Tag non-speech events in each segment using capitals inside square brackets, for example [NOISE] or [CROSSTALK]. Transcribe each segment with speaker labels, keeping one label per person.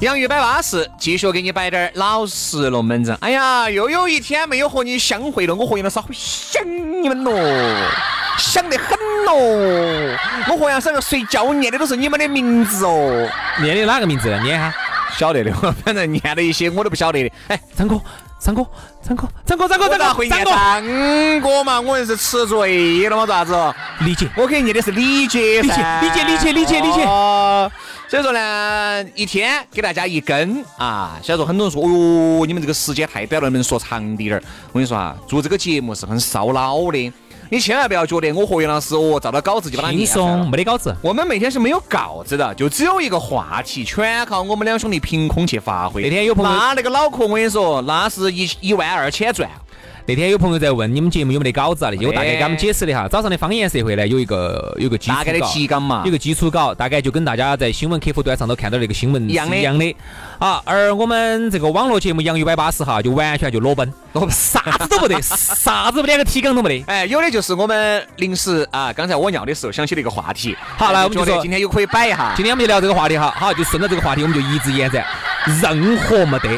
Speaker 1: 杨芋摆巴士，继续给你摆点儿老实龙门阵。哎呀，又有一天没有和你相会了，我和杨老师好想你们喽，想得很喽。我和杨老师睡觉念的都是你们的名字哦，
Speaker 2: 念的哪个名字呢？念哈，
Speaker 1: 晓得的，反正念了一些我都不晓得的。
Speaker 2: 哎，张哥，张哥，张哥，张哥，张哥，
Speaker 1: 我
Speaker 2: 张
Speaker 1: 咋
Speaker 2: 哥，
Speaker 1: 会
Speaker 2: 张
Speaker 1: 念
Speaker 2: 哥，
Speaker 1: 张哥嘛？我硬是吃醉了嘛，咋子？
Speaker 2: 理解。
Speaker 1: 我给你念的是理解
Speaker 2: 理解
Speaker 1: 噻
Speaker 2: 理解理解理解理解
Speaker 1: 哦所以说呢，一天给大家一根啊。所以说很多人说，哦哟，你们这个时间太短了，能不能说长滴点儿？我跟你说啊，做这个节目是很烧脑的，你千万不要觉得我和袁老师哦，照到稿子就把它
Speaker 2: 轻
Speaker 1: 念出来了
Speaker 2: 松，没得稿子。
Speaker 1: 我们每天是没有稿子的，就只有一个话题，全靠我们两兄弟凭空去发挥。
Speaker 2: 那天有朋友
Speaker 1: 那那个脑壳，我跟你说，那是一一万二千转。
Speaker 2: 那天有朋友在问你们节目有没得稿子啊？那些我大概给他们解释了一下。早上的方言社会呢，有一个有一个基础稿
Speaker 1: 大概的啊提纲嘛
Speaker 2: 有一个基础稿，大概就跟大家在新闻客户端上头看到那个新闻是
Speaker 1: 一样的
Speaker 2: 一样的。啊，而我们这个网络节目《洋芋摆巴士》哈，就完全就裸奔， [LAUGHS] 裸奔，哦啥子都没得，啥子连个提纲都没得。
Speaker 1: 哎，有的就是我们临时啊，刚才我尿的时候想起的一个话题。
Speaker 2: 好来
Speaker 1: 哎
Speaker 2: 我们就
Speaker 1: 觉得
Speaker 2: 说
Speaker 1: 今天又可以摆一下
Speaker 2: 今天我们就聊这个话题哈，好，就顺着这个话题，我们就一直延展，任何没得，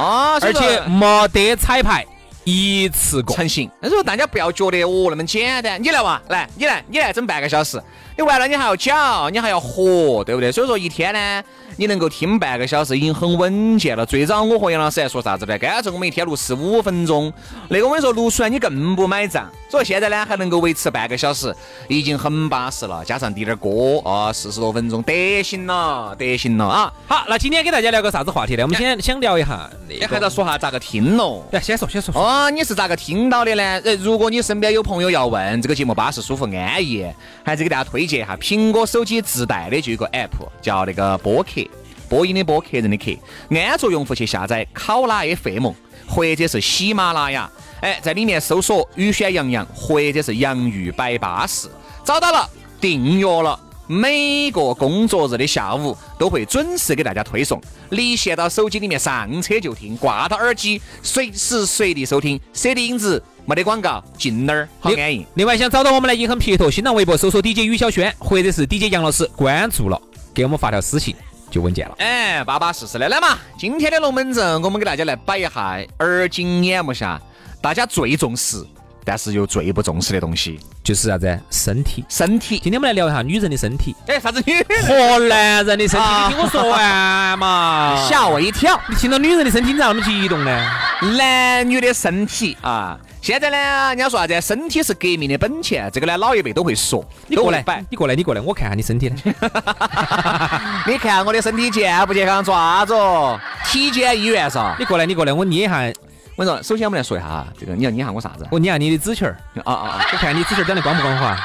Speaker 1: 啊，所
Speaker 2: 而
Speaker 1: 以说
Speaker 2: 且没得彩排，一次过。
Speaker 1: 成型。但是说大家不要觉得哦那么简单，你来嘛，来，你来，你来整半个小时，你完了你还要讲，你还要活，对不对？所以说一天呢，你能够听半个小时已经很稳健了。最早我和杨老师还说啥子呢？干脆我们一天录十五分钟，那个我跟你说录出来你更不买账。所以现在呢还能够维持半个小时，已经很巴适了。加上滴点儿歌啊，四十多分钟得行了，得行了啊！
Speaker 2: 好，那今天给大家聊个啥子话题呢？我们先想聊一下
Speaker 1: 你
Speaker 2: 那
Speaker 1: 哎还
Speaker 2: 个
Speaker 1: 要。说下咋个听喽？
Speaker 2: 来，先说，先说。
Speaker 1: 哦，你是咋个听到的呢？呃，如果你身边有朋友要问这个节目巴适、舒服、安逸，还是给大家推荐一下苹果手机自带的就有一个 app 叫那个播客，播音的播，客人的客。安卓用户去下载考拉 FM 或者是喜马拉雅，哎，在里面搜索“雨轩洋洋”或者是“洋芋摆巴士”，找到了，订阅了。每个工作日的下午都会准时给大家推送，离线到手机里面上车就听，挂到耳机，随时随地收听。舍的影子没得广告，进那儿好
Speaker 2: 另
Speaker 1: 安逸。
Speaker 2: 另外，想找到我们呢，也很撇脱，新浪微博搜索 DJ 于小轩或者是 DJ 杨老师，关注了，给我们发条私信就稳健了。
Speaker 1: 哎，巴巴适适的，来嘛！今天的龙门阵，我们给大家来摆一下耳今眼目下大家最重视，但是又最不重视的东西
Speaker 2: 就是啥子？身体
Speaker 1: ——。身体。
Speaker 2: 今天我们来聊一下女人的身体
Speaker 1: 哎，啥子女人？
Speaker 2: 和男人的身体。
Speaker 1: 啊
Speaker 2: 你听我说完嘛。
Speaker 1: [LAUGHS] [LAUGHS] 吓我一跳！
Speaker 2: 你听到女人的身体，你咋那么激动呢？
Speaker 1: 男女的身体啊，现在呢，人家说啥子？身体是革命的本钱，这个呢，老一辈都会说。
Speaker 2: 你
Speaker 1: 都
Speaker 2: 过
Speaker 1: 会
Speaker 2: 来
Speaker 1: 摆，
Speaker 2: 你过来，你过来，我看下你身体呢。
Speaker 1: 你看我的身体健不健康？做啥子？哦？体检医院上。
Speaker 2: 你过来，你过来，我捏一下，
Speaker 1: 我跟你说，首先我们来说一下啊，这个你要捏下我啥子？
Speaker 2: 我捏下你的指甲儿，
Speaker 1: 啊啊啊！
Speaker 2: 我看你指甲儿长得光不光滑。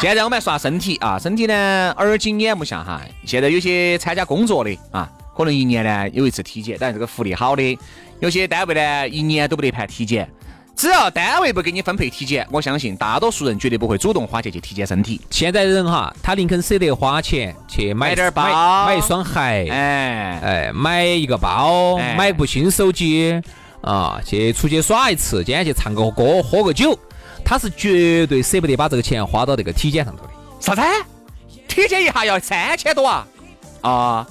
Speaker 1: 现在我们来说下身体啊，身体呢，耳今眼目下哈。现在有些参加工作的啊，可能一年呢有一次体检，当然这个福利好的，有些单位呢一年都不得盘体检。只要单位不给你分配体检，我相信大多数人绝对不会主动花钱去体检身体。
Speaker 2: 现在人哈，他宁肯舍得花钱去买
Speaker 1: 买点儿包
Speaker 2: 买买一双鞋，
Speaker 1: 哎，
Speaker 2: 哎，买一个包，
Speaker 1: 哎
Speaker 2: 买部新手机啊，去出去耍一次，今天去唱个歌，喝个酒，他是绝对舍不得把这个钱花到这个体检上头的。
Speaker 1: 啥子？体检一下要三千多啊？啊，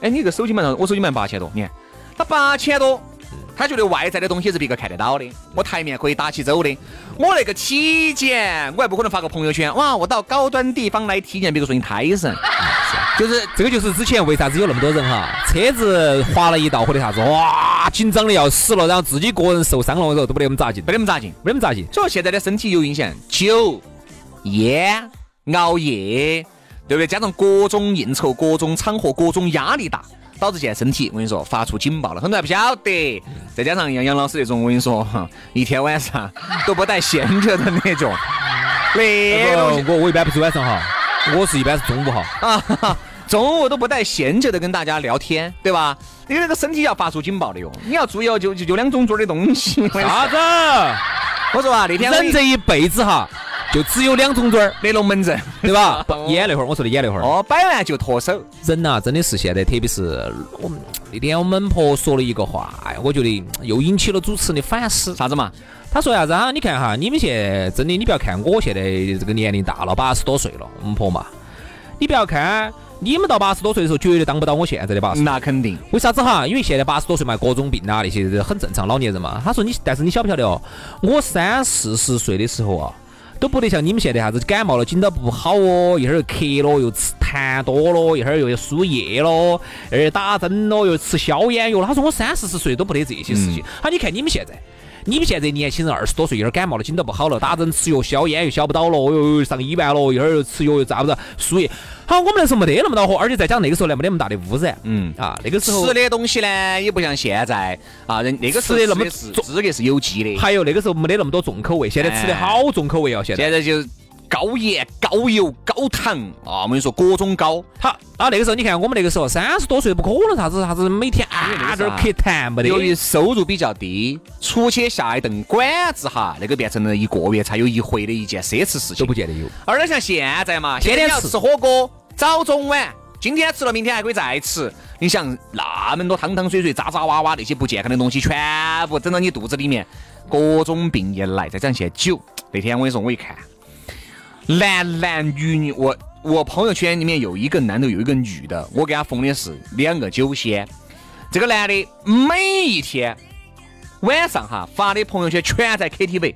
Speaker 1: 哎，你这个手机卖上，我手机卖八千多，你看他八千多，他觉得外在的东西是别个看得到的，我台面可以打起走的，我那个体检，我还不可能发个朋友圈，哇，我到高端地方来体检，别个说你胎神，就是
Speaker 2: 这个就是之前为啥子有那么多人哈，车子划了一道或者啥子，哇，紧张的要死了，然后自己个人受伤了，我说都不得我们咋劲，
Speaker 1: 没得那么咋劲。
Speaker 2: 没得我们咋劲。
Speaker 1: 所以现在的身体有影响，酒、烟、熬夜，对不对？加上各种应酬、各种场合、各种压力大，导致现在身体，我跟你说发出警报了。很多人还不晓得，再加上杨洋老师那种，我跟你说，哈一天晚上都不带闲着的那种，那
Speaker 2: 我
Speaker 1: 种哎
Speaker 2: 哦我我一般不是晚上哈，我是一般是中午哈，
Speaker 1: 啊，哈哈中午都不带闲着的跟大家聊天，对吧？你那个身体要发出警报的哟，你要注意哦，就就就两种做的东西。
Speaker 2: 啥子？
Speaker 1: 我说啊，那天我
Speaker 2: 人这一辈子哈，就只有两种嘴儿，
Speaker 1: 那龙门阵，
Speaker 2: 对
Speaker 1: [LAUGHS]
Speaker 2: 吧？不演那会儿，我说的演那会儿。
Speaker 1: 哦，摆完就脱手，
Speaker 2: 人呐、真的是现在，特别是我们那天我们婆说了一个话，哎，我觉得又引起了主持人的反思。
Speaker 1: 啥子嘛？
Speaker 2: 她说啥子啊？你看哈，你们现在真的，你不要看我现在这个年龄大了，八十多岁了，我们婆嘛，你不要看你们到八十多岁的时候，绝对当不到我现在的八十。
Speaker 1: 那肯定，
Speaker 2: 为啥子哈？因为现在八十多岁嘛，各种病啊那些很正常，老年人嘛。她说你，但是你晓不晓得哦？我三四十岁的时候啊。都不得像你们现在啥子感冒了、紧到不好哦，一会儿又咳了，又吃痰多了，一会儿又要输液了，一会儿打针了，又吃消炎药了。他说我三四十岁都不得这些事情。啊他、你看你们现在，你们现在年轻人二十多岁，一会儿感冒了，紧到不好了，打针吃药消炎又消不到了，哦哟又上医院了，一会儿又吃药又咋不着输液。好，我们那时候没得那么恼火，而且再讲那个时候呢，没得那么大的污染。
Speaker 1: 嗯
Speaker 2: 啊，那个时候
Speaker 1: 吃的东西呢也不像现在啊，人那个时候
Speaker 2: 吃得那么
Speaker 1: 是
Speaker 2: 重
Speaker 1: 资格是有机的，
Speaker 2: 还有那个时候没得那么多重口味，现在吃的
Speaker 1: 哎
Speaker 2: 好重口味哦。现在
Speaker 1: 现在就高盐、高油、高糖啊，我跟你说各种高，
Speaker 2: 他啊，那个时候你看我们那个时候三十多岁不可能啥子啥子每天
Speaker 1: 因为那
Speaker 2: 啊
Speaker 1: 个时
Speaker 2: 这儿
Speaker 1: 候啊
Speaker 2: 咳痰没得。
Speaker 1: 由于收入比较低，出去下一顿馆子哈，那个变成了一个月才有一回的一件奢侈事
Speaker 2: 都
Speaker 1: 情
Speaker 2: 不。见得有。
Speaker 1: 而且像现在嘛，
Speaker 2: 天天
Speaker 1: 现在要
Speaker 2: 吃
Speaker 1: 吃火锅，早中晚，今天吃了，明天还可以再吃。你想那么多汤汤水水、渣渣哇哇那些不健康的东西，全部整到你肚子里面，各种病一来，再加上现在酒，那天我跟你说，我一看，男男女女，我我朋友圈里面有一个男的，有一个女的，我给他封的是两个酒仙。这个男的每一天晚上哈发的朋友圈全在 KTV，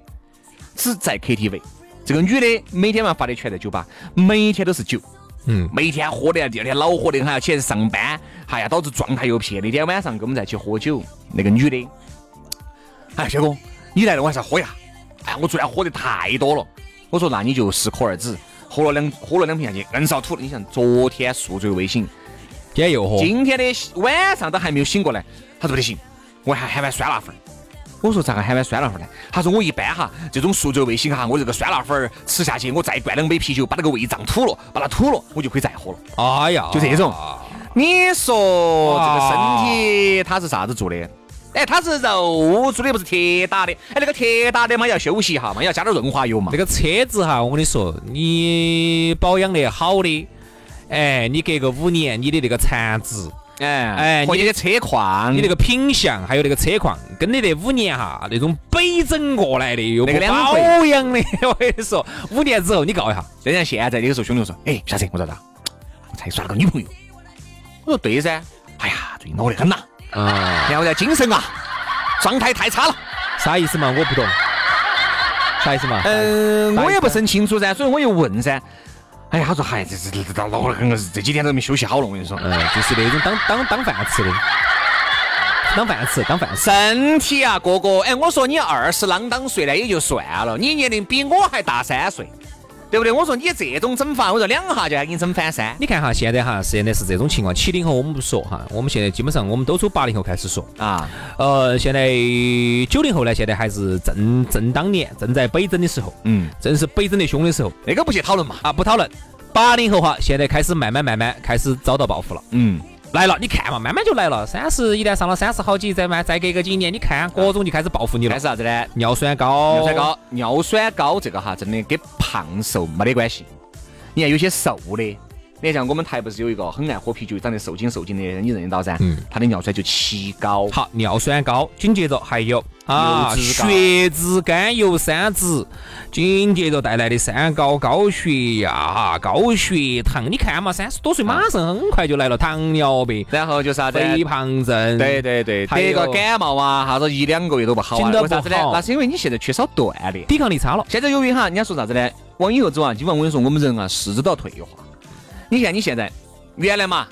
Speaker 1: 只在 KTV。这个女的每天晚上发的全在酒吧，每天都是酒，
Speaker 2: 嗯，
Speaker 1: 每天喝的，第二天恼火的很，还要起来上班，哎呀，导致状态又撇。那天晚上跟我们在一起喝酒，那个女的，哎，薛哥，你来了，我还是要喝一下。哎，我昨天喝的太多了。我说那你就适可而止，喝了两喝了两瓶下去，硬是要吐的。你想，昨天宿醉未醒，
Speaker 2: 今天又喝，
Speaker 1: 今天的晚上都还没有醒过来，他说不得行，我还喊碗酸辣粉儿。我说咋个喊碗酸辣粉儿呢？他说我一般哈，这种宿醉未醒哈，我这个酸辣粉儿吃下去，我再灌两杯啤酒，把那个胃胀吐了，把它吐了，我就可以再喝了。
Speaker 2: 哎呀，
Speaker 1: 就这种你说这个
Speaker 2: 啊
Speaker 1: 身体它是啥子做的？哎，它是肉做的，不是铁打的。哎，那个铁打的嘛，要休息一下嘛，要加点润滑油嘛
Speaker 2: 那。个车子哈，我跟你说，你保养得好的，哎，你隔个五年，你的那个残值、
Speaker 1: 哎
Speaker 2: 哎
Speaker 1: 和
Speaker 2: 你
Speaker 1: 你的车况，
Speaker 2: 你那个品相，还有那个车况，跟你那五年哈那种北整过来的又
Speaker 1: 那
Speaker 2: 不
Speaker 1: 个两
Speaker 2: 保
Speaker 1: 回
Speaker 2: 养的， [LAUGHS] 我跟你说，五年之后你告一下，
Speaker 1: 再像现在那个时候，兄弟说：“哎，下次我咋咋，我才耍了个女朋友。”我说：“对噻。”哎呀，最近恼得很呐，
Speaker 2: 啊，
Speaker 1: 然后在精神啊，状态太差了。
Speaker 2: 啥意思嘛？我不懂，啥意思嘛？
Speaker 1: 嗯，
Speaker 2: 啥意思
Speaker 1: 我也不甚清楚噻，所以我又问噻。哎呀，他说：“嗨，这这这这恼得很，这几天都没休息好了。”我跟你说，
Speaker 2: 嗯，就是那种当当当饭吃的，当饭吃，当饭吃。
Speaker 1: 身体啊，哥哥，哎，我说你二十啷当岁呢也就算了，你年龄比我还大三岁，对不对？我说你这种整法，我说两下就给你整翻山
Speaker 2: 你看哈，现在哈，现在是这种情况。七零后我们不说哈，我们现在基本上我们都从八零后开始说。
Speaker 1: 啊！
Speaker 2: 呃，现在九零后呢，现在还是正正当年，正在北整的时候，
Speaker 1: 嗯，
Speaker 2: 正是北整的凶的时候
Speaker 1: 那个不去讨论嘛。
Speaker 2: 啊！不讨论。八零后哈，现在开始慢慢慢慢开始遭到报复了，
Speaker 1: 嗯，
Speaker 2: 来了，你看嘛，慢慢就来了。三十一旦上了三十好几，再慢再隔个几年，你看各种就开始报复你了
Speaker 1: 干。啥子呢？
Speaker 2: 尿酸高，
Speaker 1: 哎尿酸，高，尿酸高这个哈，真的跟胖瘦没得关系。你看有些瘦的，你看像我们台不是有一个很爱喝啤酒、长得瘦精瘦精的，你认得到噻？
Speaker 2: 嗯
Speaker 1: 他的尿酸就奇高。
Speaker 2: 好，尿酸高，紧接着还有啊，
Speaker 1: 油脂高
Speaker 2: 血脂、甘油三酯，紧接着带来的三高、高血压、哈高血糖。你看嘛，三十多岁马上很快就来了糖尿病、
Speaker 1: 然后就啥子？
Speaker 2: 肥胖症。
Speaker 1: 对，对对，
Speaker 2: 还
Speaker 1: 得
Speaker 2: 有
Speaker 1: 个感冒啊，啥子一两个月都不好啊
Speaker 2: 紧。到
Speaker 1: 为啥子呢
Speaker 2: 不好？
Speaker 1: 那是因为你现在缺少锻炼。
Speaker 2: 抵抗力差了。
Speaker 1: 现在由于哈，人家说啥子呢？往以后走啊，基本上我跟你说，我们人啊，四肢都要退化。你看你现在，原来嘛，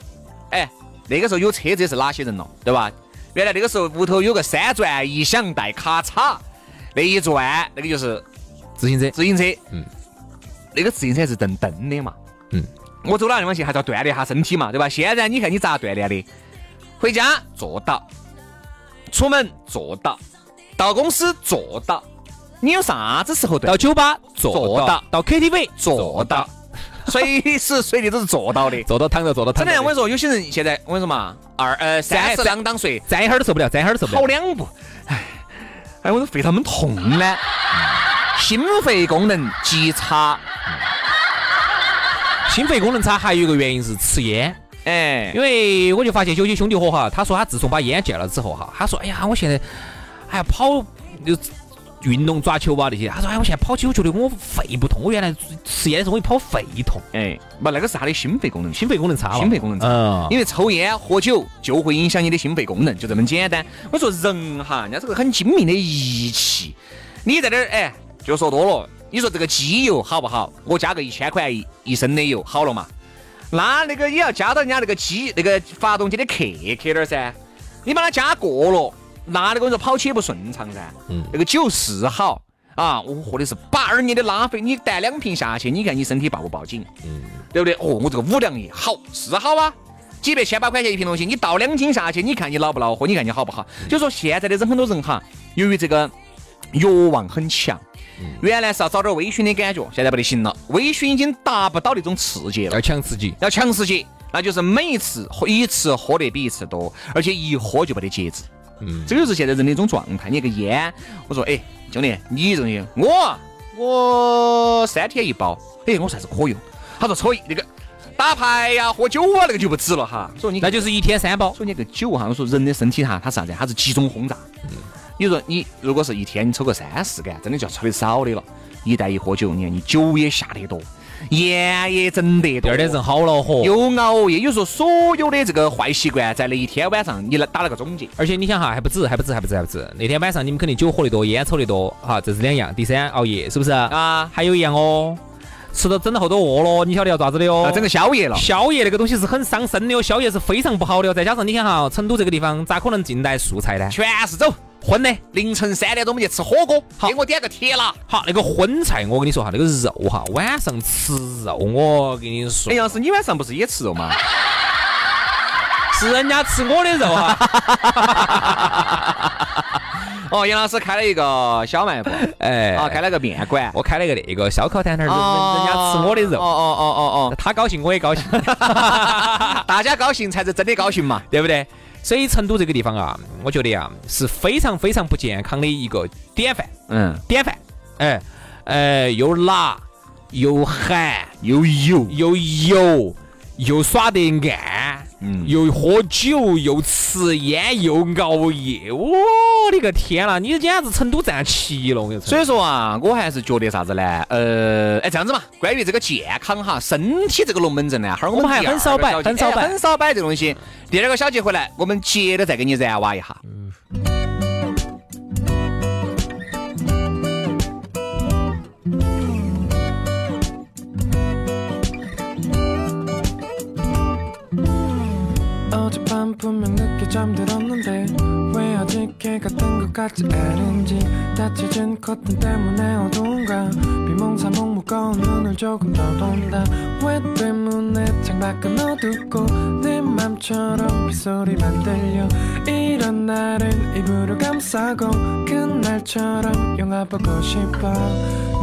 Speaker 1: 哎，那个时候有车子也是哪些人了，对吧？原来那个时候屋头有个三转一响带咔嚓，那一转那个就是
Speaker 2: 自行车，
Speaker 1: 自行车，
Speaker 2: 嗯，
Speaker 1: 那个自行车是蹬蹬的嘛，
Speaker 2: 嗯，
Speaker 1: 我走哪个地方去还是要锻炼一下身体嘛，对吧？现在你看你咋锻炼的？回家做到，出门做到，到公司做到，你有啥子时候锻炼
Speaker 2: 到？酒吧做
Speaker 1: 做
Speaker 2: 到
Speaker 1: 到，
Speaker 2: 到 KTV
Speaker 1: 做到。随时随地都是做 [LAUGHS] 到的。
Speaker 2: 坐到躺着，坐到躺
Speaker 1: 真
Speaker 2: 着
Speaker 1: 的，
Speaker 2: 的。
Speaker 1: 我跟你说，有些人现在我跟你说嘛，二呃三
Speaker 2: 三
Speaker 1: 十啷当岁，
Speaker 2: 站一会儿都受不了，站一会儿都受不
Speaker 1: 跑
Speaker 2: 了。
Speaker 1: 两步，哎，哎，我都肺他们痛呢， [LAUGHS] 心肺功能极差，
Speaker 2: 心肺功能差还有一个原因是吃烟。
Speaker 1: 哎，
Speaker 2: 因为我就发现有些兄弟伙哈，他说他自从把烟戒了之后哈，他说哎呀，我现在哎呀跑就运动抓球啊那些，他说哎我现在跑起我觉得我肺不痛，我原来吃烟的时候我一跑肺痛，
Speaker 1: 哎，不，那个是他的心肺功能，
Speaker 2: 心肺功能差了，
Speaker 1: 心肺功能差
Speaker 2: 嗯，
Speaker 1: 因为抽烟喝酒就会影响你的心肺功能，呃就这么简单。我说人哈，人家是个很精明的仪器，你在这儿哎，就说多了。你说这个机油好不好？我加个一千块一一升的油，好了嘛？那那个也要加到人家那个机那个发动机的壳壳点儿噻，你把它加过了，那那个人说跑起也不顺畅噻。
Speaker 2: 嗯
Speaker 1: 那个酒是好啊，我喝的是八二年的拉菲，你带两瓶下去，你看你身体报不报警？对不对？哦，我这个五粮液好是好啊，几百千把块钱一瓶东西，你倒两斤下去，你看你恼不恼火？你看你好不好？就说现在的人很多人哈，由于这个欲望很强，原来是要找点微醺的感觉，现在不得行了，微醺已经达不到那种刺激了
Speaker 2: 要，强刺激，
Speaker 1: 要强刺激，那就是每一次喝一次喝得比一次多，而且一喝就没得节制。
Speaker 2: 嗯，
Speaker 1: 这个就是现在人的一种状态。你看个烟，我说哎，兄弟，你这种烟，我我三天一包，哎，我说还是可以。他说抽一那个打牌呀、喝酒啊，那个就不止了哈。说你
Speaker 2: 那就是一天三包，
Speaker 1: 说你那个酒哈，我说人的身体哈，它是啥子啊呀？它是集中轰炸。
Speaker 2: 嗯
Speaker 1: 你说你如果是一天你抽个三四杆，真的就要抽的少的了。一旦一喝酒，你看你酒也下得多，烟也整得
Speaker 2: 第
Speaker 1: 多，
Speaker 2: 二天人好恼火。哦
Speaker 1: 又熬夜。有时候所有的这个坏习惯，在那一天晚上，你来打了个总结。
Speaker 2: 而且你想哈，还不止，还不止，还不止，还不止。那天晚上你们肯定酒喝得多，烟抽得多，哈，这是两样。第三，熬夜，是不是
Speaker 1: 啊
Speaker 2: 还有一样哦，吃到整到后头饿了，你晓得要咋子的哦？
Speaker 1: 啊，整个宵夜了。
Speaker 2: 宵夜那个东西是很伤身的哦，宵夜是非常不好的哦。再加上你想哈，成都这个地方咋可能进来素菜呢？
Speaker 1: 全是走。
Speaker 2: 荤的，
Speaker 1: 凌晨三点钟我们去吃火锅，
Speaker 2: 好
Speaker 1: 给我点个铁辣。
Speaker 2: 好那个荤菜，我跟你说哈，那个肉哈，晚上吃肉，我跟你说
Speaker 1: 哎，，杨师，你晚上不是也吃肉 [LAUGHS] 吗？
Speaker 2: 是人家吃我的肉
Speaker 1: [LAUGHS]
Speaker 2: 哈，
Speaker 1: 哦，杨老师开了一个小 [LAUGHS] 卖部，
Speaker 2: 哎，
Speaker 1: 啊，开了个面馆。
Speaker 2: 我开了个那个烧烤摊摊儿，人家吃我的
Speaker 1: 哦
Speaker 2: 肉，
Speaker 1: 哦哦
Speaker 2: 他高兴我也高兴，
Speaker 1: 哦 [LAUGHS] 哦，大家高兴才是真的高兴嘛。
Speaker 2: 对不对？所以成都这个地方啊，我觉得呀、是非常非常不健康的一个典范，
Speaker 1: 嗯，
Speaker 2: 典范，哎，呃，又辣又寒。
Speaker 1: 又油，
Speaker 2: 又油，又耍得暗，
Speaker 1: 嗯
Speaker 2: 又喝酒，又吃烟，又熬夜，我的个天啦！你简直成都站齐了，我跟你说。
Speaker 1: 所以说啊，我还是觉得啥子呢？呃，哎，这样子嘛，关于这个健康哈，身体这个龙门阵呢，哈儿我
Speaker 2: 我
Speaker 1: 们
Speaker 2: 们还
Speaker 1: 第二
Speaker 2: 很少
Speaker 1: 个
Speaker 2: 摆
Speaker 1: 小节
Speaker 2: 很少
Speaker 1: 哎
Speaker 2: 摆
Speaker 1: 很少摆这东西。第二个小节回来，我们接着再给你燃挖一下。
Speaker 3: 어젯밤 분명 늦게 잠들었는데 왜 아직 해가 뜬 것 같지 않은지 다치진 커튼 때문에 어두운가 비몽사몽 무거운 눈을 조금 더 본다 왜 때문에 창밖은 어둡고 내 맘처럼 빗소리만 들려 이런 날은 이불을 감싸고 그날처럼 영화 보고 싶어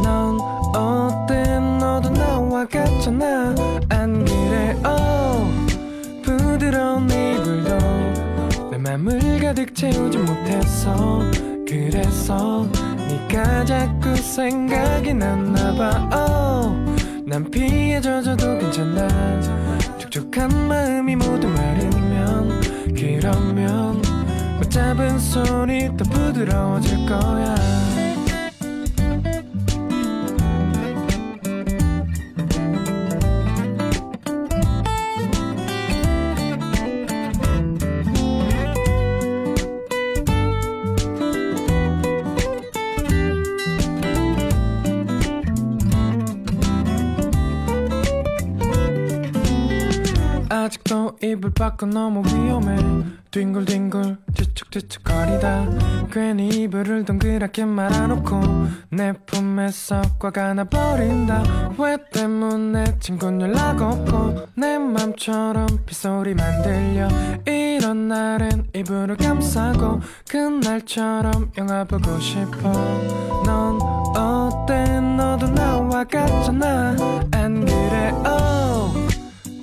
Speaker 3: 넌 어때 너도 나와 같잖아 안 그래 oh 부드러운 이불도 내 맘을 가득 채우지 못했어 그래서 네가 자꾸 생각이 났나봐 oh, 난 피해 젖어도 괜찮아 촉촉한 마음이 모두 마르면 그러면 못 잡은 손이 더 부드러워질 거야 아직도 이불 밖은 너무 위험해 뒹굴뒹굴 뒤척뒤척거리다 괜히 이불을 동그랗게 말아놓고 내 품에 썩과 가나버린다 왜 때문에 친구는 연락 없고 내 맘처럼 빗소리만 들려 이런 날엔 이불을 감싸고 그날처럼 영화 보고 싶어 넌 어때 너도 나와 같잖아 안 그래요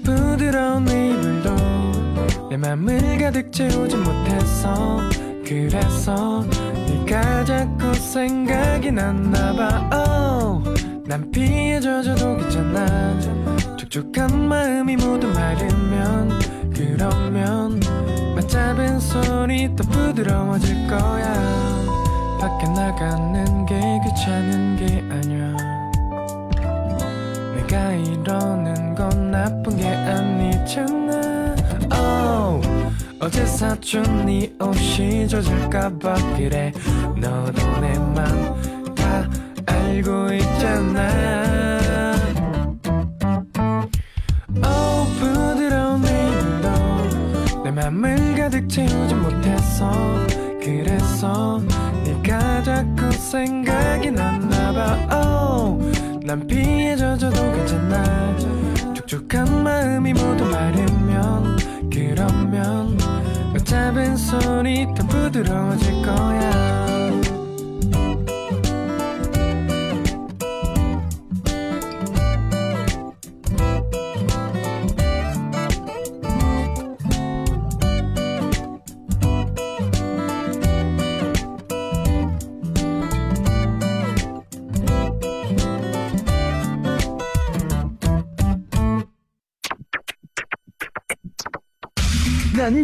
Speaker 3: 부드러운 이불도 내 맘을 가득 채우지 못했어 그래서 네가 자꾸 생각이 났나봐 oh. 난 피해 젖어 독이잖아 촉촉한 마음이 모두 마르면 그러면 맞잡은 손이 더 부드러워질 거야 밖에 나가는 게 귀찮은 게 아니야 내가 이러는 건 나쁜 게 아니잖아 oh. 어제 사준 네 옷이 젖을까봐 그래 너도 내 맘 다 알고 있잖아 oh 부드러운 이불로 내 맘을 가득 채우지 못했어 그래서 네가 자꾸 생각이 났나봐 oh 난 피해 젖어도 괜찮아 촉촉한 마음이 모두 마르면 그러면 어차피 손이 더 부드러워질 거야
Speaker 4: 南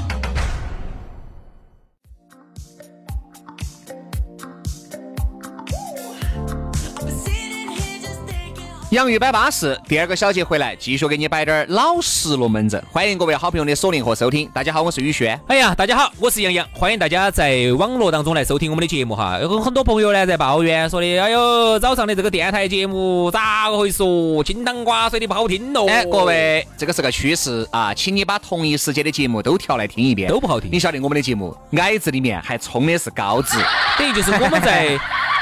Speaker 1: 洋芋摆巴士，第二个小节回来，继续给你摆点儿老实龙门阵。欢迎各位好朋友的锁定和收听。大家好，我是宇轩。
Speaker 2: 哎呀，大家好，我是杨洋，欢迎大家在网络当中来收听我们的节目哈。有很多朋友呢在抱怨说的，哎呦，早上的这个电台节目咋个会说金汤瓜水的不好听喽？
Speaker 1: 哎，各位，这个是个趋势啊，请你把同一时间的节目都调来听一遍，
Speaker 2: 都不好听
Speaker 1: 你晓得我们的节目矮子里面还充的是高
Speaker 2: [LAUGHS]
Speaker 1: 子，
Speaker 2: 等于就是我们在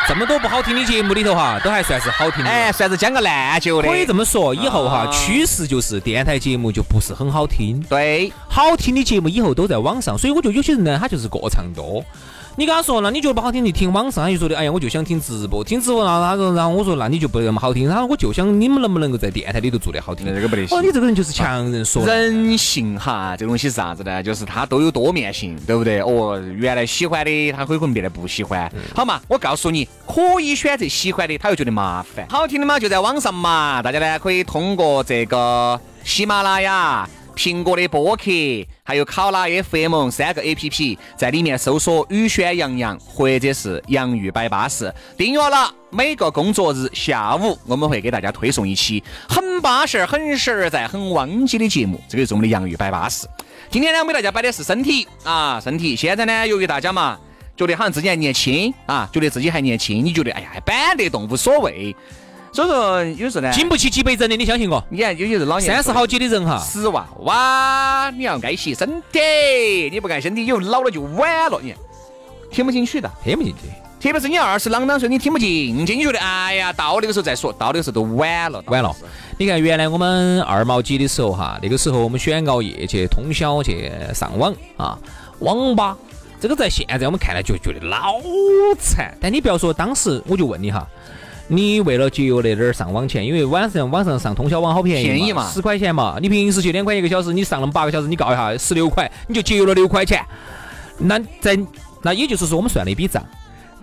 Speaker 2: 这么多不好听的节目里头哈，都还算是好听的。
Speaker 1: 哎，算是将个烂酒的。
Speaker 2: 可以这
Speaker 1: 么
Speaker 2: 么说，以后哈
Speaker 1: 啊
Speaker 2: 趋势就是电台节目就不是很好听，
Speaker 1: 对，
Speaker 2: 好听的节目以后都在网上，所以我觉得有些人呢，他就是过唱多。你跟他说，那你觉得不好听就听网上，他就说的，哎呀，我就想听直播，听直播然后他说，然后我说，那你就不那么好听，他说我就想你们能不能够在电台里头做得好听？
Speaker 1: 那这个不得行
Speaker 2: 哦，你这个人就是强人所难。
Speaker 1: 人性哈，这个东西是啥子呢？就是它都有多面性，对不对？哦，原来喜欢的，他有可能变得不喜欢。好嘛，我告诉你，可以选择喜欢的，他又觉得麻烦。好听的嘛，就在网上嘛，大家呢可以通过这个喜马拉雅。苹果的播客，还有考拉 FM 三个 APP，在里面搜索“宇轩洋洋”或者是“洋芋摆巴士”，订阅了。每个工作日下午，我们会给大家推送一期很巴适、很实在、很汪鸡的节目。这个就是我们的洋芋摆巴士。今天呢，我们给大家摆的是身体啊，身体。现在呢，由于大家嘛，觉得好像自己还年轻啊，觉得自己还年轻，你觉得哎呀，还板得动，无所谓。所以说，有时候呢，
Speaker 2: 经不起几辈人的，你相信我，
Speaker 1: 你看，有些是老年
Speaker 2: 三十
Speaker 1: 人
Speaker 2: 好几的人哈，
Speaker 1: 死娃娃，你要爱惜身体，你不爱身体，以后老了就晚了，你听不进去的。
Speaker 2: 听不进去。
Speaker 1: 特别是你二十啷当岁，你听不进去，你觉得哎呀，到那个时候再说，到那个时候都晚了，
Speaker 2: 晚了。你看，原来我们二毛几的时候哈，那个时候我们选熬夜去通宵去上网啊，网吧。这个在现在我们看来就觉得老惨，但你不要说，当时我就问你哈，你为了节约那点儿上网钱，因为晚上晚上上通宵网好便宜
Speaker 1: 便宜嘛
Speaker 2: 十块钱嘛，你平时去两块一个小时，你上那么八个小时，你告一下十六块，你就节约了六块钱。那在那也就是说，我们算了一笔账，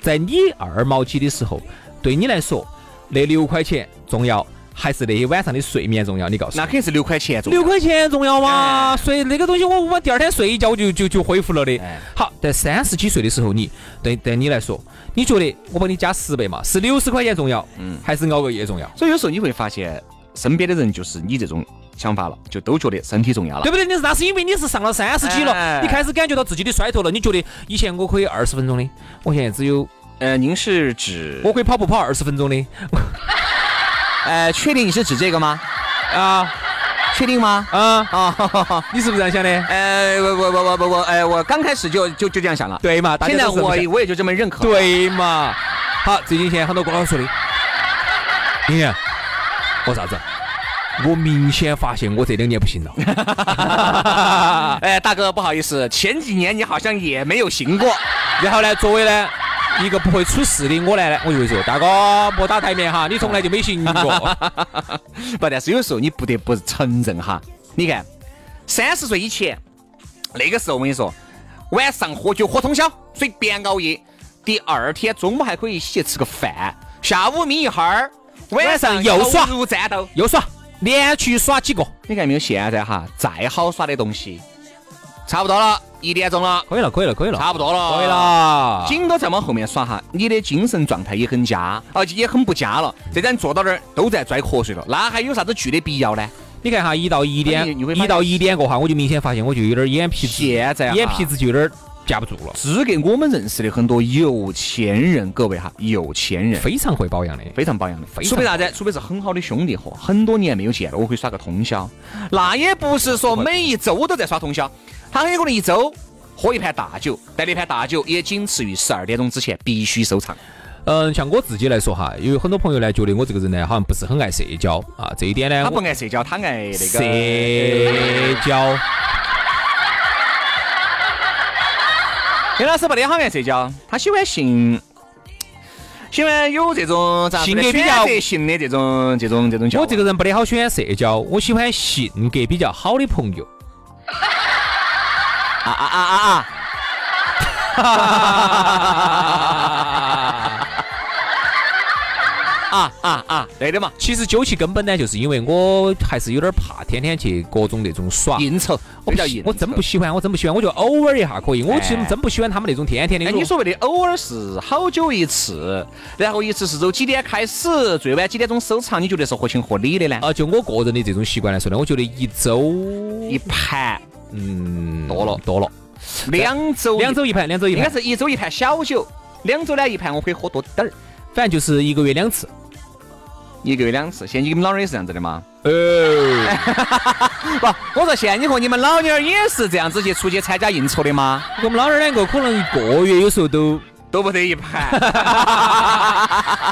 Speaker 2: 在你二毛几的时候，对你来说，那六块钱重要，还是那一晚上的睡眠重要？你告诉
Speaker 1: 那
Speaker 2: 我
Speaker 1: 肯。定是六块钱重要
Speaker 2: 六块钱重要吗？睡那个东西我，我第二天睡一觉我就就就恢复了的
Speaker 1: 哎。
Speaker 2: 好，在三十几岁的时候，你对对你来说，你觉得我帮你加十倍嘛？是六十块钱重要，嗯，还是熬个夜重要？
Speaker 1: 所以有时候你会发现，身边的人就是你这种想法了，就都觉得身体重要了
Speaker 2: 对。不对？你是那是因为你是上了三十几了，
Speaker 1: 哎
Speaker 2: 你开始感觉到自己的衰头了。你觉得以前我可以二十分钟的，我现在只有
Speaker 1: 呃，您是指
Speaker 2: 我可以跑步跑二十分钟的
Speaker 1: 呃，确定你是指这个吗？
Speaker 2: 啊，
Speaker 1: 确定吗？
Speaker 2: 啊，
Speaker 1: 啊，
Speaker 2: [LAUGHS] 你是不是这样想的？
Speaker 1: [LAUGHS] 呃，我我我我我我，哎，我刚开始就就就这样想了。
Speaker 2: 对嘛，大家
Speaker 1: 现在
Speaker 2: 都是这么
Speaker 1: 我
Speaker 2: 想
Speaker 1: 我也就这么认可。，
Speaker 2: 对嘛？好，最近现在很多哥老师说的，莹莹，我啥子？我明显发现我这两年不行 [LAUGHS] 了。
Speaker 1: [LAUGHS] 哎，大哥，不好意思，前几年你好像也没有行过。
Speaker 2: 然后呢，作为呢一个不会出事的我来呢，我就会说，大哥莫打台面哈，你从来就没行 [LAUGHS] 过。
Speaker 1: 不，但是有时候你不得不承认哈，你看，三十岁以前，那个时候我跟你说，晚上喝酒喝通宵，随便熬夜，第二天中午还可以一起去吃个饭，下午眯一会儿，晚上
Speaker 2: 晚上又耍
Speaker 1: 如战斗。
Speaker 2: 又耍，连续耍几个，
Speaker 1: 你看没有？现在哈，再好耍的东西，差不多了，一点钟了，
Speaker 2: 可以了，可以了，可以了，
Speaker 1: 差不多了，
Speaker 2: 可以。了。
Speaker 1: 紧到再往后面耍哈，你的精神状态也很佳，而且也很不佳了。这咱坐到那儿都在拽瞌睡了，那还有啥子剧的必要呢？
Speaker 2: 你看哈，一到一
Speaker 1: 你
Speaker 2: 点，
Speaker 1: 你会发现
Speaker 2: 一到一点过哈，我就明显发现我就有点眼皮子，
Speaker 1: 现在哈
Speaker 2: 眼皮子就有点架不住了。
Speaker 1: 只给我们认识的很多有钱人，各位哈，有钱人
Speaker 2: 非常会保养的，
Speaker 1: 非常保养的，
Speaker 2: 非常
Speaker 1: 除非啥子？除非是很好的兄弟伙，很多年没有见了，我可以耍个通宵。那也不是说每一周都在耍通宵，他很有可能一周喝一盘大酒，但那盘大酒也仅次于十二点钟之前必须收场。
Speaker 2: 嗯，像我自己来说哈，有很多朋友呢觉得我这个人呢好像不是很爱社交啊，这一点呢，
Speaker 1: 他
Speaker 2: 我
Speaker 1: 不爱哎社交，他爱那
Speaker 2: 社
Speaker 1: 个。
Speaker 2: 交，
Speaker 1: 袁老师不得好爱社交，他喜欢性，喜欢有这种咋说呢
Speaker 2: 性格比
Speaker 1: 选
Speaker 2: 较
Speaker 1: 择性的这种这种这种交往。
Speaker 2: 我这个人不得好喜欢社交，我喜欢性格比较好的朋友。
Speaker 1: 啊啊啊啊
Speaker 2: [LAUGHS]
Speaker 1: 啊！啊啊啊！对的嘛，
Speaker 2: 其实究其根本呢，就是因为我还是有点怕天天去各种那种耍。
Speaker 1: 应酬，我
Speaker 2: 我不
Speaker 1: 比较
Speaker 2: 喜
Speaker 1: 应酬。
Speaker 2: 我真不喜欢，我真不喜欢，我就偶尔一下可以。我其实
Speaker 1: 哎
Speaker 2: 真不喜欢他们那种天天的
Speaker 1: 哎，
Speaker 2: 那
Speaker 1: 你
Speaker 2: 种。
Speaker 1: 所谓的偶尔是好久一次，然后一次是从几点开始，最晚几点钟收场，你觉得是合情合理的呢？
Speaker 2: 啊，就我个人的这种习惯来说呢，我觉得一周
Speaker 1: 一盘
Speaker 2: 嗯多了多了，
Speaker 1: 两周，
Speaker 2: 两周一盘，两周一
Speaker 1: 应该
Speaker 2: 盘，
Speaker 1: 是一周一盘小酒，两周呢一盘我可以喝多点儿，
Speaker 2: 反正就是一个月两次。
Speaker 1: 一个月两次。现在你们老人也是这样子的吗？哎
Speaker 2: 哦，
Speaker 1: 不，我说现在你和你们老娘儿也是这样子去出去参加应酬的吗？
Speaker 2: 我们老二两个可能一个月有时
Speaker 1: [LAUGHS]
Speaker 2: 候都，
Speaker 1: 都不得一盘。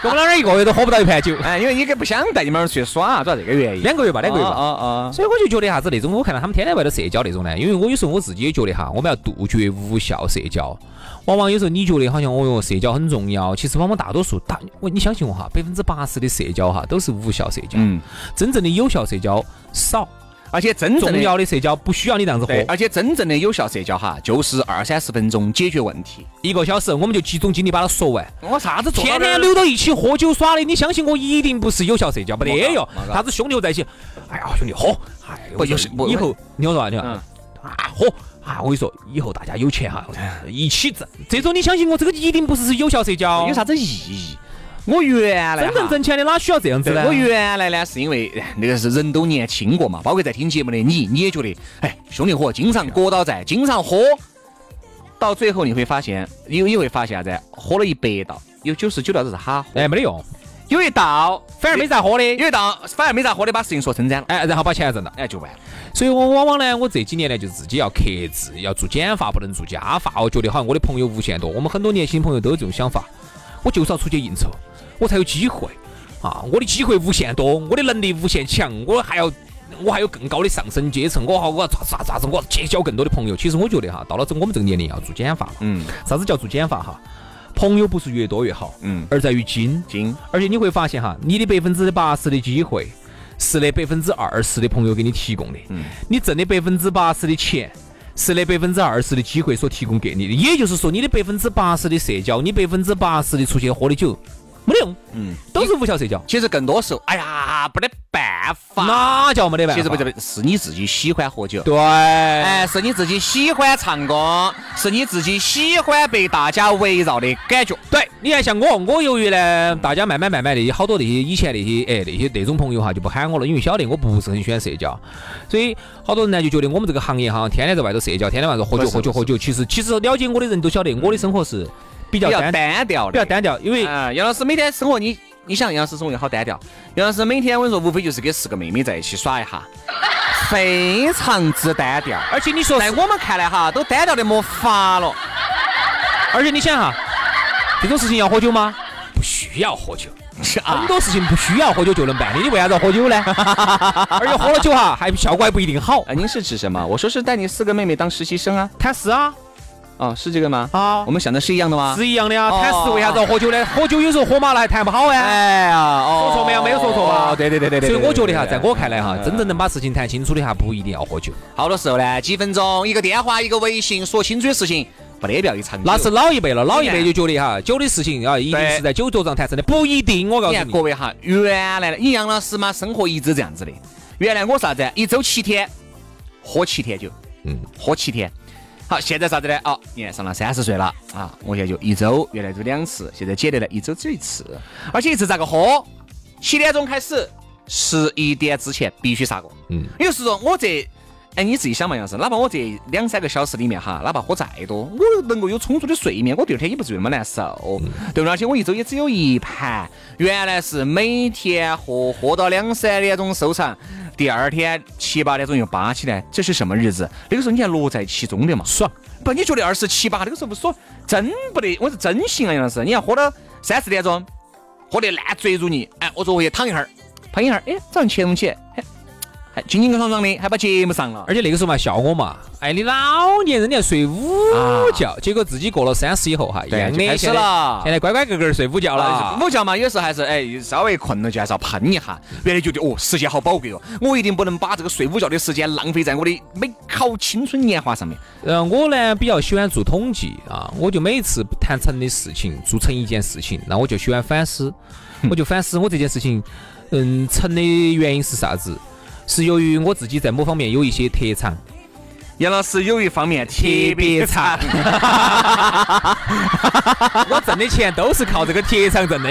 Speaker 2: 我们老二一个月都喝不到一盘酒，
Speaker 1: [LAUGHS] 哎，因为你个不想带你们儿出去耍，主要这个原因。
Speaker 2: 两个月吧，两个月吧。
Speaker 1: 啊
Speaker 2: 所以我就觉得啥子那种，我看到他们天天外头社交那种呢，因为我有时候我自己也觉得哈，我们要杜绝无效社交。往往有时候你觉得好像哦哟，社交很重要，其实往往大多数大，我你相信我哈，百分之八十的社交哈都是无效社交，
Speaker 1: 嗯，
Speaker 2: 真正的有效社交少，
Speaker 1: 而且真正
Speaker 2: 重
Speaker 1: 的
Speaker 2: 要的社交不需要你这样子喝
Speaker 1: 对，，而且真正的有效社交哈，就是二三十分钟解决问题。
Speaker 2: 一个小时我们就集中精力把它说完。
Speaker 1: 我啥子
Speaker 2: 天天溜到一起喝酒耍的，你相信我，一定不是有效社交，没得哟
Speaker 1: 哪个哪。个
Speaker 2: 啥子兄弟伙在一起，哎呀，兄弟喝，哎，
Speaker 1: 不
Speaker 2: 我说
Speaker 1: 就是不
Speaker 2: 以后你听我说啊，你看
Speaker 1: 嗯
Speaker 2: 啊喝啊，我跟你说，以后大家有钱 [LAUGHS] 哈，一起挣，这种你相信我，这个一定不是有效社交。
Speaker 1: 有啥子意义？我原来
Speaker 2: 真正
Speaker 1: 哈
Speaker 2: 挣钱的哪需要这样子
Speaker 1: 对
Speaker 2: 呢？
Speaker 1: 我原来呢，是因为哎那个是人都年轻过嘛，包括在听节目的你，你也觉得，哎，兄弟伙经常割到在，经常喝，到最后你会发现，你你会发现啥子？喝了一百道，有九十九道都是哈喝，
Speaker 2: 哎，没得用，
Speaker 1: 有一道
Speaker 2: 反而没咋喝的。
Speaker 1: 有一道反而没咋喝的，把事情说撑展了，
Speaker 2: 哎，然后把钱挣了，
Speaker 1: 哎，就完了。
Speaker 2: 所以我往往呢，我这几年呢，就自己要克制，要做减法，不能做加法。我觉得好像我的朋友无限多，我们很多年轻朋友都有这种想法，我就是要出去应酬，我才有机会啊！我的机会无限多，我的能力无限强，我还要我还有更高的上升阶层，我好我要咋咋咋子，我要结交更多的朋友。其实我觉得哈，到了这我们这个年龄要做减法了。
Speaker 1: 嗯
Speaker 2: 啥子叫做减法哈？朋友不是越多越好，
Speaker 1: 嗯，
Speaker 2: 而在于精。
Speaker 1: 精
Speaker 2: 而且你会发现哈，你的百分之八十的机会是那百分之二十的朋友给你提供的，
Speaker 1: 嗯
Speaker 2: 你挣的百分之八十的钱。是那百分之二十的机会所提供给你的，也就是说，你的百分之八十的社交，你百分之八十的出去喝的酒，没得用，嗯，都是无效社交，
Speaker 1: 其实更多时候，哎呀，没得办法。
Speaker 2: 那叫没得办
Speaker 1: 其
Speaker 2: 法。
Speaker 1: 实不是，不是是你自己喜欢喝酒，
Speaker 2: 对，
Speaker 1: 哎，是你自己喜欢唱歌，是你自己喜欢被大家围绕的感觉。
Speaker 2: 对，你看像我，我由于呢，大家慢慢慢慢的，好多那些以前那些哎那些那种朋友哈，就不喊我了，因为晓得我不是很喜欢社交，所以好多人呢就觉得我们这个行业哈，天天在外头社交，天天外头喝酒
Speaker 1: 不是不
Speaker 2: 喝酒
Speaker 1: 是
Speaker 2: 喝酒。其实其实了解我的人都晓得，我的生活是比
Speaker 1: 比
Speaker 2: 较
Speaker 1: 较
Speaker 2: 单
Speaker 1: 单调的，
Speaker 2: 比较单调，因为
Speaker 1: 哎啊，杨老师每天生活你你想杨思聪也好单调，杨思每天我跟你说，无非就是跟四个妹妹在一起耍一 [LAUGHS] 下，非常之单调。
Speaker 2: 而且你说
Speaker 1: 在我们看来哈，都单调的没法了。
Speaker 2: 而且你想哈，这种事情要喝酒吗？不需要喝酒，很
Speaker 1: 啊，
Speaker 2: 多事情不需要喝酒就能办的，你为啥子要喝酒呢？而且喝了酒哈，还效果还不一定好。
Speaker 1: 啊，您是指什么？我说是带你四个妹妹当实习生啊。
Speaker 2: 谈事啊，
Speaker 1: 哦，是这个吗？
Speaker 2: 啊
Speaker 1: 我们想的是一样的吗？
Speaker 2: 是一样的啊。
Speaker 1: 哦
Speaker 2: 谈事为啥子要喝酒呢？喝酒有时候喝麻了还谈不好哎。
Speaker 1: 哎呀，哦
Speaker 2: 说错没有？没有说错吧？
Speaker 1: 哦对对对对对。
Speaker 2: 所以我觉得哈，
Speaker 1: 对
Speaker 2: 在
Speaker 1: 对
Speaker 2: 我看来哈，
Speaker 1: 嗯嗯
Speaker 2: 真正能把事情谈清楚的哈，不一定要喝酒，
Speaker 1: 好多时候呢，几分钟一个电话，一个微信，说清楚的事情，没得必要一长久。
Speaker 2: 那是老一辈了。老一辈
Speaker 1: 你
Speaker 2: 就觉得哈，酒的事情啊，一定
Speaker 1: 对
Speaker 2: 是在酒桌上谈成的，不一定。我告
Speaker 1: 你
Speaker 2: 诉
Speaker 1: 看各
Speaker 2: 你，
Speaker 1: 位哈，原来的你杨老师嘛，生活一直这样子的。原来我啥子？一周七天，喝七天酒，
Speaker 2: 嗯，
Speaker 1: 喝七天。好，现在啥子呢？哦，你看上了三十岁了啊，我现在就一周，原来就两次，现在简单了，一周只有一次，而且一次咋个喝？七点钟开始，十一点之前必须杀过。
Speaker 2: 嗯，
Speaker 1: 也就是说我这，哎，你自己想嘛，杨老师，哪怕我这两三个小时里面哈，哪怕喝再多，我能够有充足的睡眠，我第二天也不至于那么难受，对不对？而且我一周也只有一盘，原来是每天喝，喝到两三点钟收场，第二天七八点钟又扒起来，这是什么日子？那个时候你还乐在其中的嘛，
Speaker 2: 爽。
Speaker 1: 不，你觉得二十七八那个时候不爽，真不得，我是真行啊，杨老师，你要喝到三四点钟，喝得烂醉如泥，哎，我说回去躺一会儿，躺一会儿，哎，早上起来我们起来，哎，还清清爽爽的，还把节目上了，
Speaker 2: 而且那个时候嘛，笑我嘛，哎，你老年人你还睡午觉，结果自己过了三十以后哈，一
Speaker 1: 啊对
Speaker 2: 样的
Speaker 1: 就开始
Speaker 2: 现在
Speaker 1: 了
Speaker 2: 现在乖乖个个儿睡午觉了。
Speaker 1: 午觉哎嘛，有时候啊还是哎稍微困了就还是要喷一下。原来觉得哦，时间好宝贵哦，我一定不能把这个睡午觉的时间浪费在我的美好青春年华上面。
Speaker 2: 然后呃我呢比较喜欢做统计啊，我就每次不谈成的事情，做成一件事情，那我就喜欢反思，我就反思我这件事情，嗯，成的原因是啥子？是由于我自己在某方面有一些特长，
Speaker 1: 杨老师有一方面特别差，
Speaker 2: [LAUGHS] 我挣的钱都是靠这个特长挣的。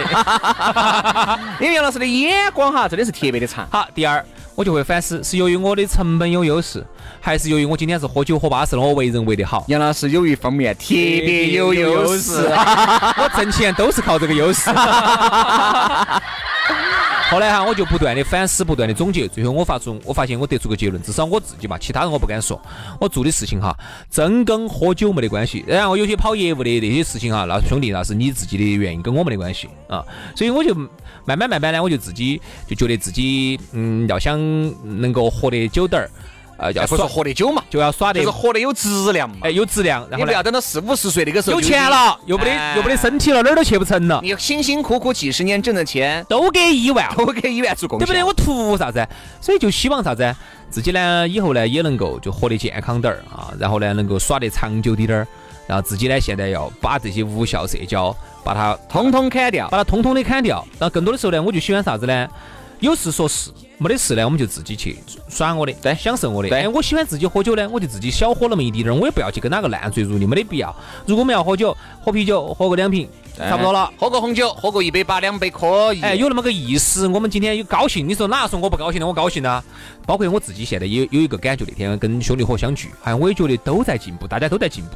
Speaker 2: [LAUGHS]
Speaker 1: 因为杨老师的眼光哈真的是特别的长。
Speaker 2: 好，第二，我就会反思，是由于我的成本有优势，还是由于我今天是喝酒喝巴适了，我为人为得好，
Speaker 1: 杨老师有一方面特别有优势。 [LAUGHS]
Speaker 2: 我挣钱都是靠这个优势。后来哈，我就不断的反思，不断的总结，最后我发出，我发现我得出个结论，至少我自己嘛，其他人我不敢说，我做的事情哈，真跟喝酒没得关系。然后有些跑业务的那些事情哈，那兄弟那是你自己的原因，跟我没得关系啊。所以我就慢慢慢慢呢，我就自己就觉得自己嗯，要想能够活得久点儿，呃，要
Speaker 1: 哎不是
Speaker 2: 耍
Speaker 1: 喝得酒嘛，
Speaker 2: 就要耍
Speaker 1: 就
Speaker 2: 得
Speaker 1: 是喝得有质量嘛。
Speaker 2: 哎有质量，然
Speaker 1: 你不
Speaker 2: 后呢
Speaker 1: 要等到四五十岁那个时候
Speaker 2: 有
Speaker 1: 就
Speaker 2: 钱了，又没
Speaker 1: 哎
Speaker 2: 得又没得身体了，哪儿都去不成了。
Speaker 1: 你辛辛苦苦几十年挣的钱，
Speaker 2: 都给一万，
Speaker 1: 都给医院做贡
Speaker 2: 对
Speaker 1: 献，
Speaker 2: 不对？我图啥子？所以就希望啥子？自己呢，以后呢也能够就活得健康点儿啊，然后呢能够耍得长久滴点儿，然后自己呢现在要把这些无效社交把它
Speaker 1: 通通砍掉。
Speaker 2: 把它通通的砍掉。然后更多的时候呢，我就喜欢啥子呢？有事说事，没得事呢，我们就自己去耍我的，对，享受我的。
Speaker 1: 对
Speaker 2: 哎，我喜欢自己喝酒呢，我就自己小喝那么一滴点儿，我也不要去跟哪个烂醉如泥，没得必要。如果我们要喝酒，喝啤酒，喝个两瓶，差不多了。
Speaker 1: 哎喝个红酒，喝个一杯八两杯可以。
Speaker 2: 哎，有那么个意思。我们今天有高兴，你说哪说我不高兴呢？我高兴呢。包括我自己现在也有有一个感觉，那天跟兄弟伙相聚，好像我也觉得都在进步，大家都在进步。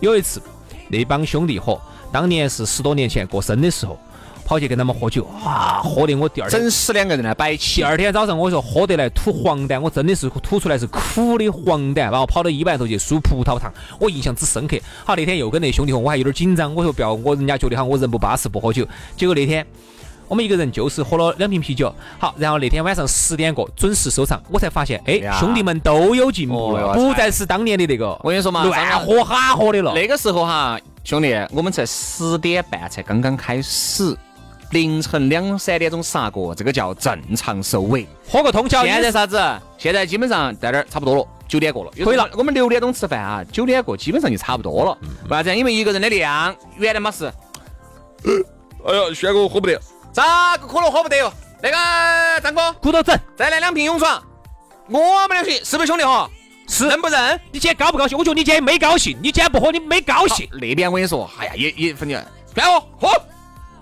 Speaker 2: 有一次，那帮兄弟伙当年是十多年前过生的时候，跑去跟他们喝酒，哇，喝的我第二天。
Speaker 1: 真是两个人来摆
Speaker 2: 第
Speaker 1: 起。
Speaker 2: 二天早上，我说喝得来吐黄疸，我真的是吐出来是苦的黄疸，然后跑到医院头去输葡萄糖，我印象之深刻。好，那天又跟那兄弟伙，我还有点紧张，我说不要，我人家觉得哈，我人不巴适，不喝酒。结果那天我们一个人就是喝了两瓶啤酒，好，然后那天晚上十点过准时收场，我才发现，哎
Speaker 1: 呀，
Speaker 2: 兄弟们都有进步了，
Speaker 1: 哦哟
Speaker 2: 不再是当年的那个
Speaker 1: 我跟你说嘛，
Speaker 2: 乱喝哈喝的了。
Speaker 1: 那个时候哈，兄弟，我们才十点半才刚刚开始，凌晨两三点钟杀过，这个叫正常收尾。
Speaker 2: 喝个通宵，
Speaker 1: 现在啥子？现在基本上在这儿差不多了，九点过了。
Speaker 2: 可以了。
Speaker 1: 我们六点钟吃饭啊，九点过基本上就差不多了。为啥子？因为一个人的量，原来嘛是，哎呀，轩哥喝不得，咋个可能喝不得哟？那个张哥，
Speaker 2: 鼓捣整，
Speaker 1: 再来两瓶勇闯，我们两兄是不是兄弟伙？
Speaker 2: 是
Speaker 1: 认不认？
Speaker 2: 你今天高不高兴？我觉得你今天没高兴，你今天不喝你没高兴。
Speaker 1: 那边我跟你说，哎呀，也也分正，来哦，喝，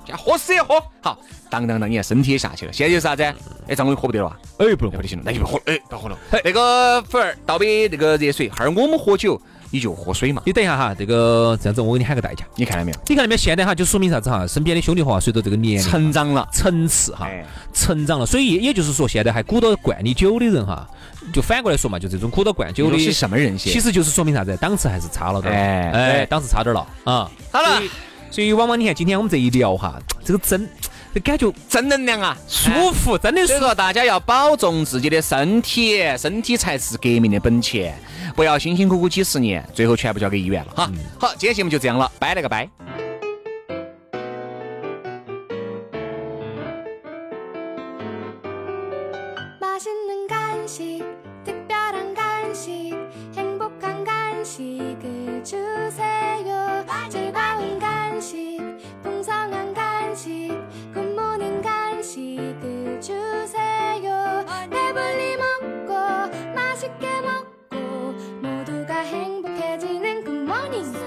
Speaker 1: 先喝水喝，好，当当当，你看身体也下去了。现在就是啥子？哎，张伟喝不得了啊，哎，不能不得行了，那就不喝了，哎，不喝了。嘿那个粉儿倒杯那个热水，哈儿我们喝酒，你就喝水嘛。
Speaker 2: 你等一下哈，这个这样子我给你喊个代价。
Speaker 1: 你看到没有？
Speaker 2: 你看到没有？现在哈就说明啥子哈？身边的兄弟伙啊随着这个年龄
Speaker 1: 成长了，
Speaker 2: 层次哈
Speaker 1: 哎，
Speaker 2: 成长了，所以也就是说，现在还鼓捣灌你酒的人哈，就反过来说嘛，就这种鼓捣灌酒
Speaker 1: 有
Speaker 2: 的
Speaker 1: 的是什么人些
Speaker 2: 其？实就是说明啥子？档次还是差了点儿，
Speaker 1: 哎对
Speaker 2: 哎，档次差点儿了啊。
Speaker 1: 好了
Speaker 2: 所以，所以往往你看今天我们这一聊哈，这个真，这感觉
Speaker 1: 正能量啊，舒
Speaker 2: 舒服，真的舒
Speaker 1: 所以
Speaker 2: 服。
Speaker 1: 说，大家要保重自己的身体，身体才是革命的本钱，不要辛辛苦苦几十年，最后全部交给医院了哈。好，今天节目就这样了，拜了个拜。
Speaker 5: 맛있는 간식, 특별한 간식, 행복한 간식을 주세요. 즐거운 간식, 풍성한 간식, 굿모닝 간식을 주세요. 배불리 먹고, 맛있게 먹고, 모두가 행복해지는 굿모닝.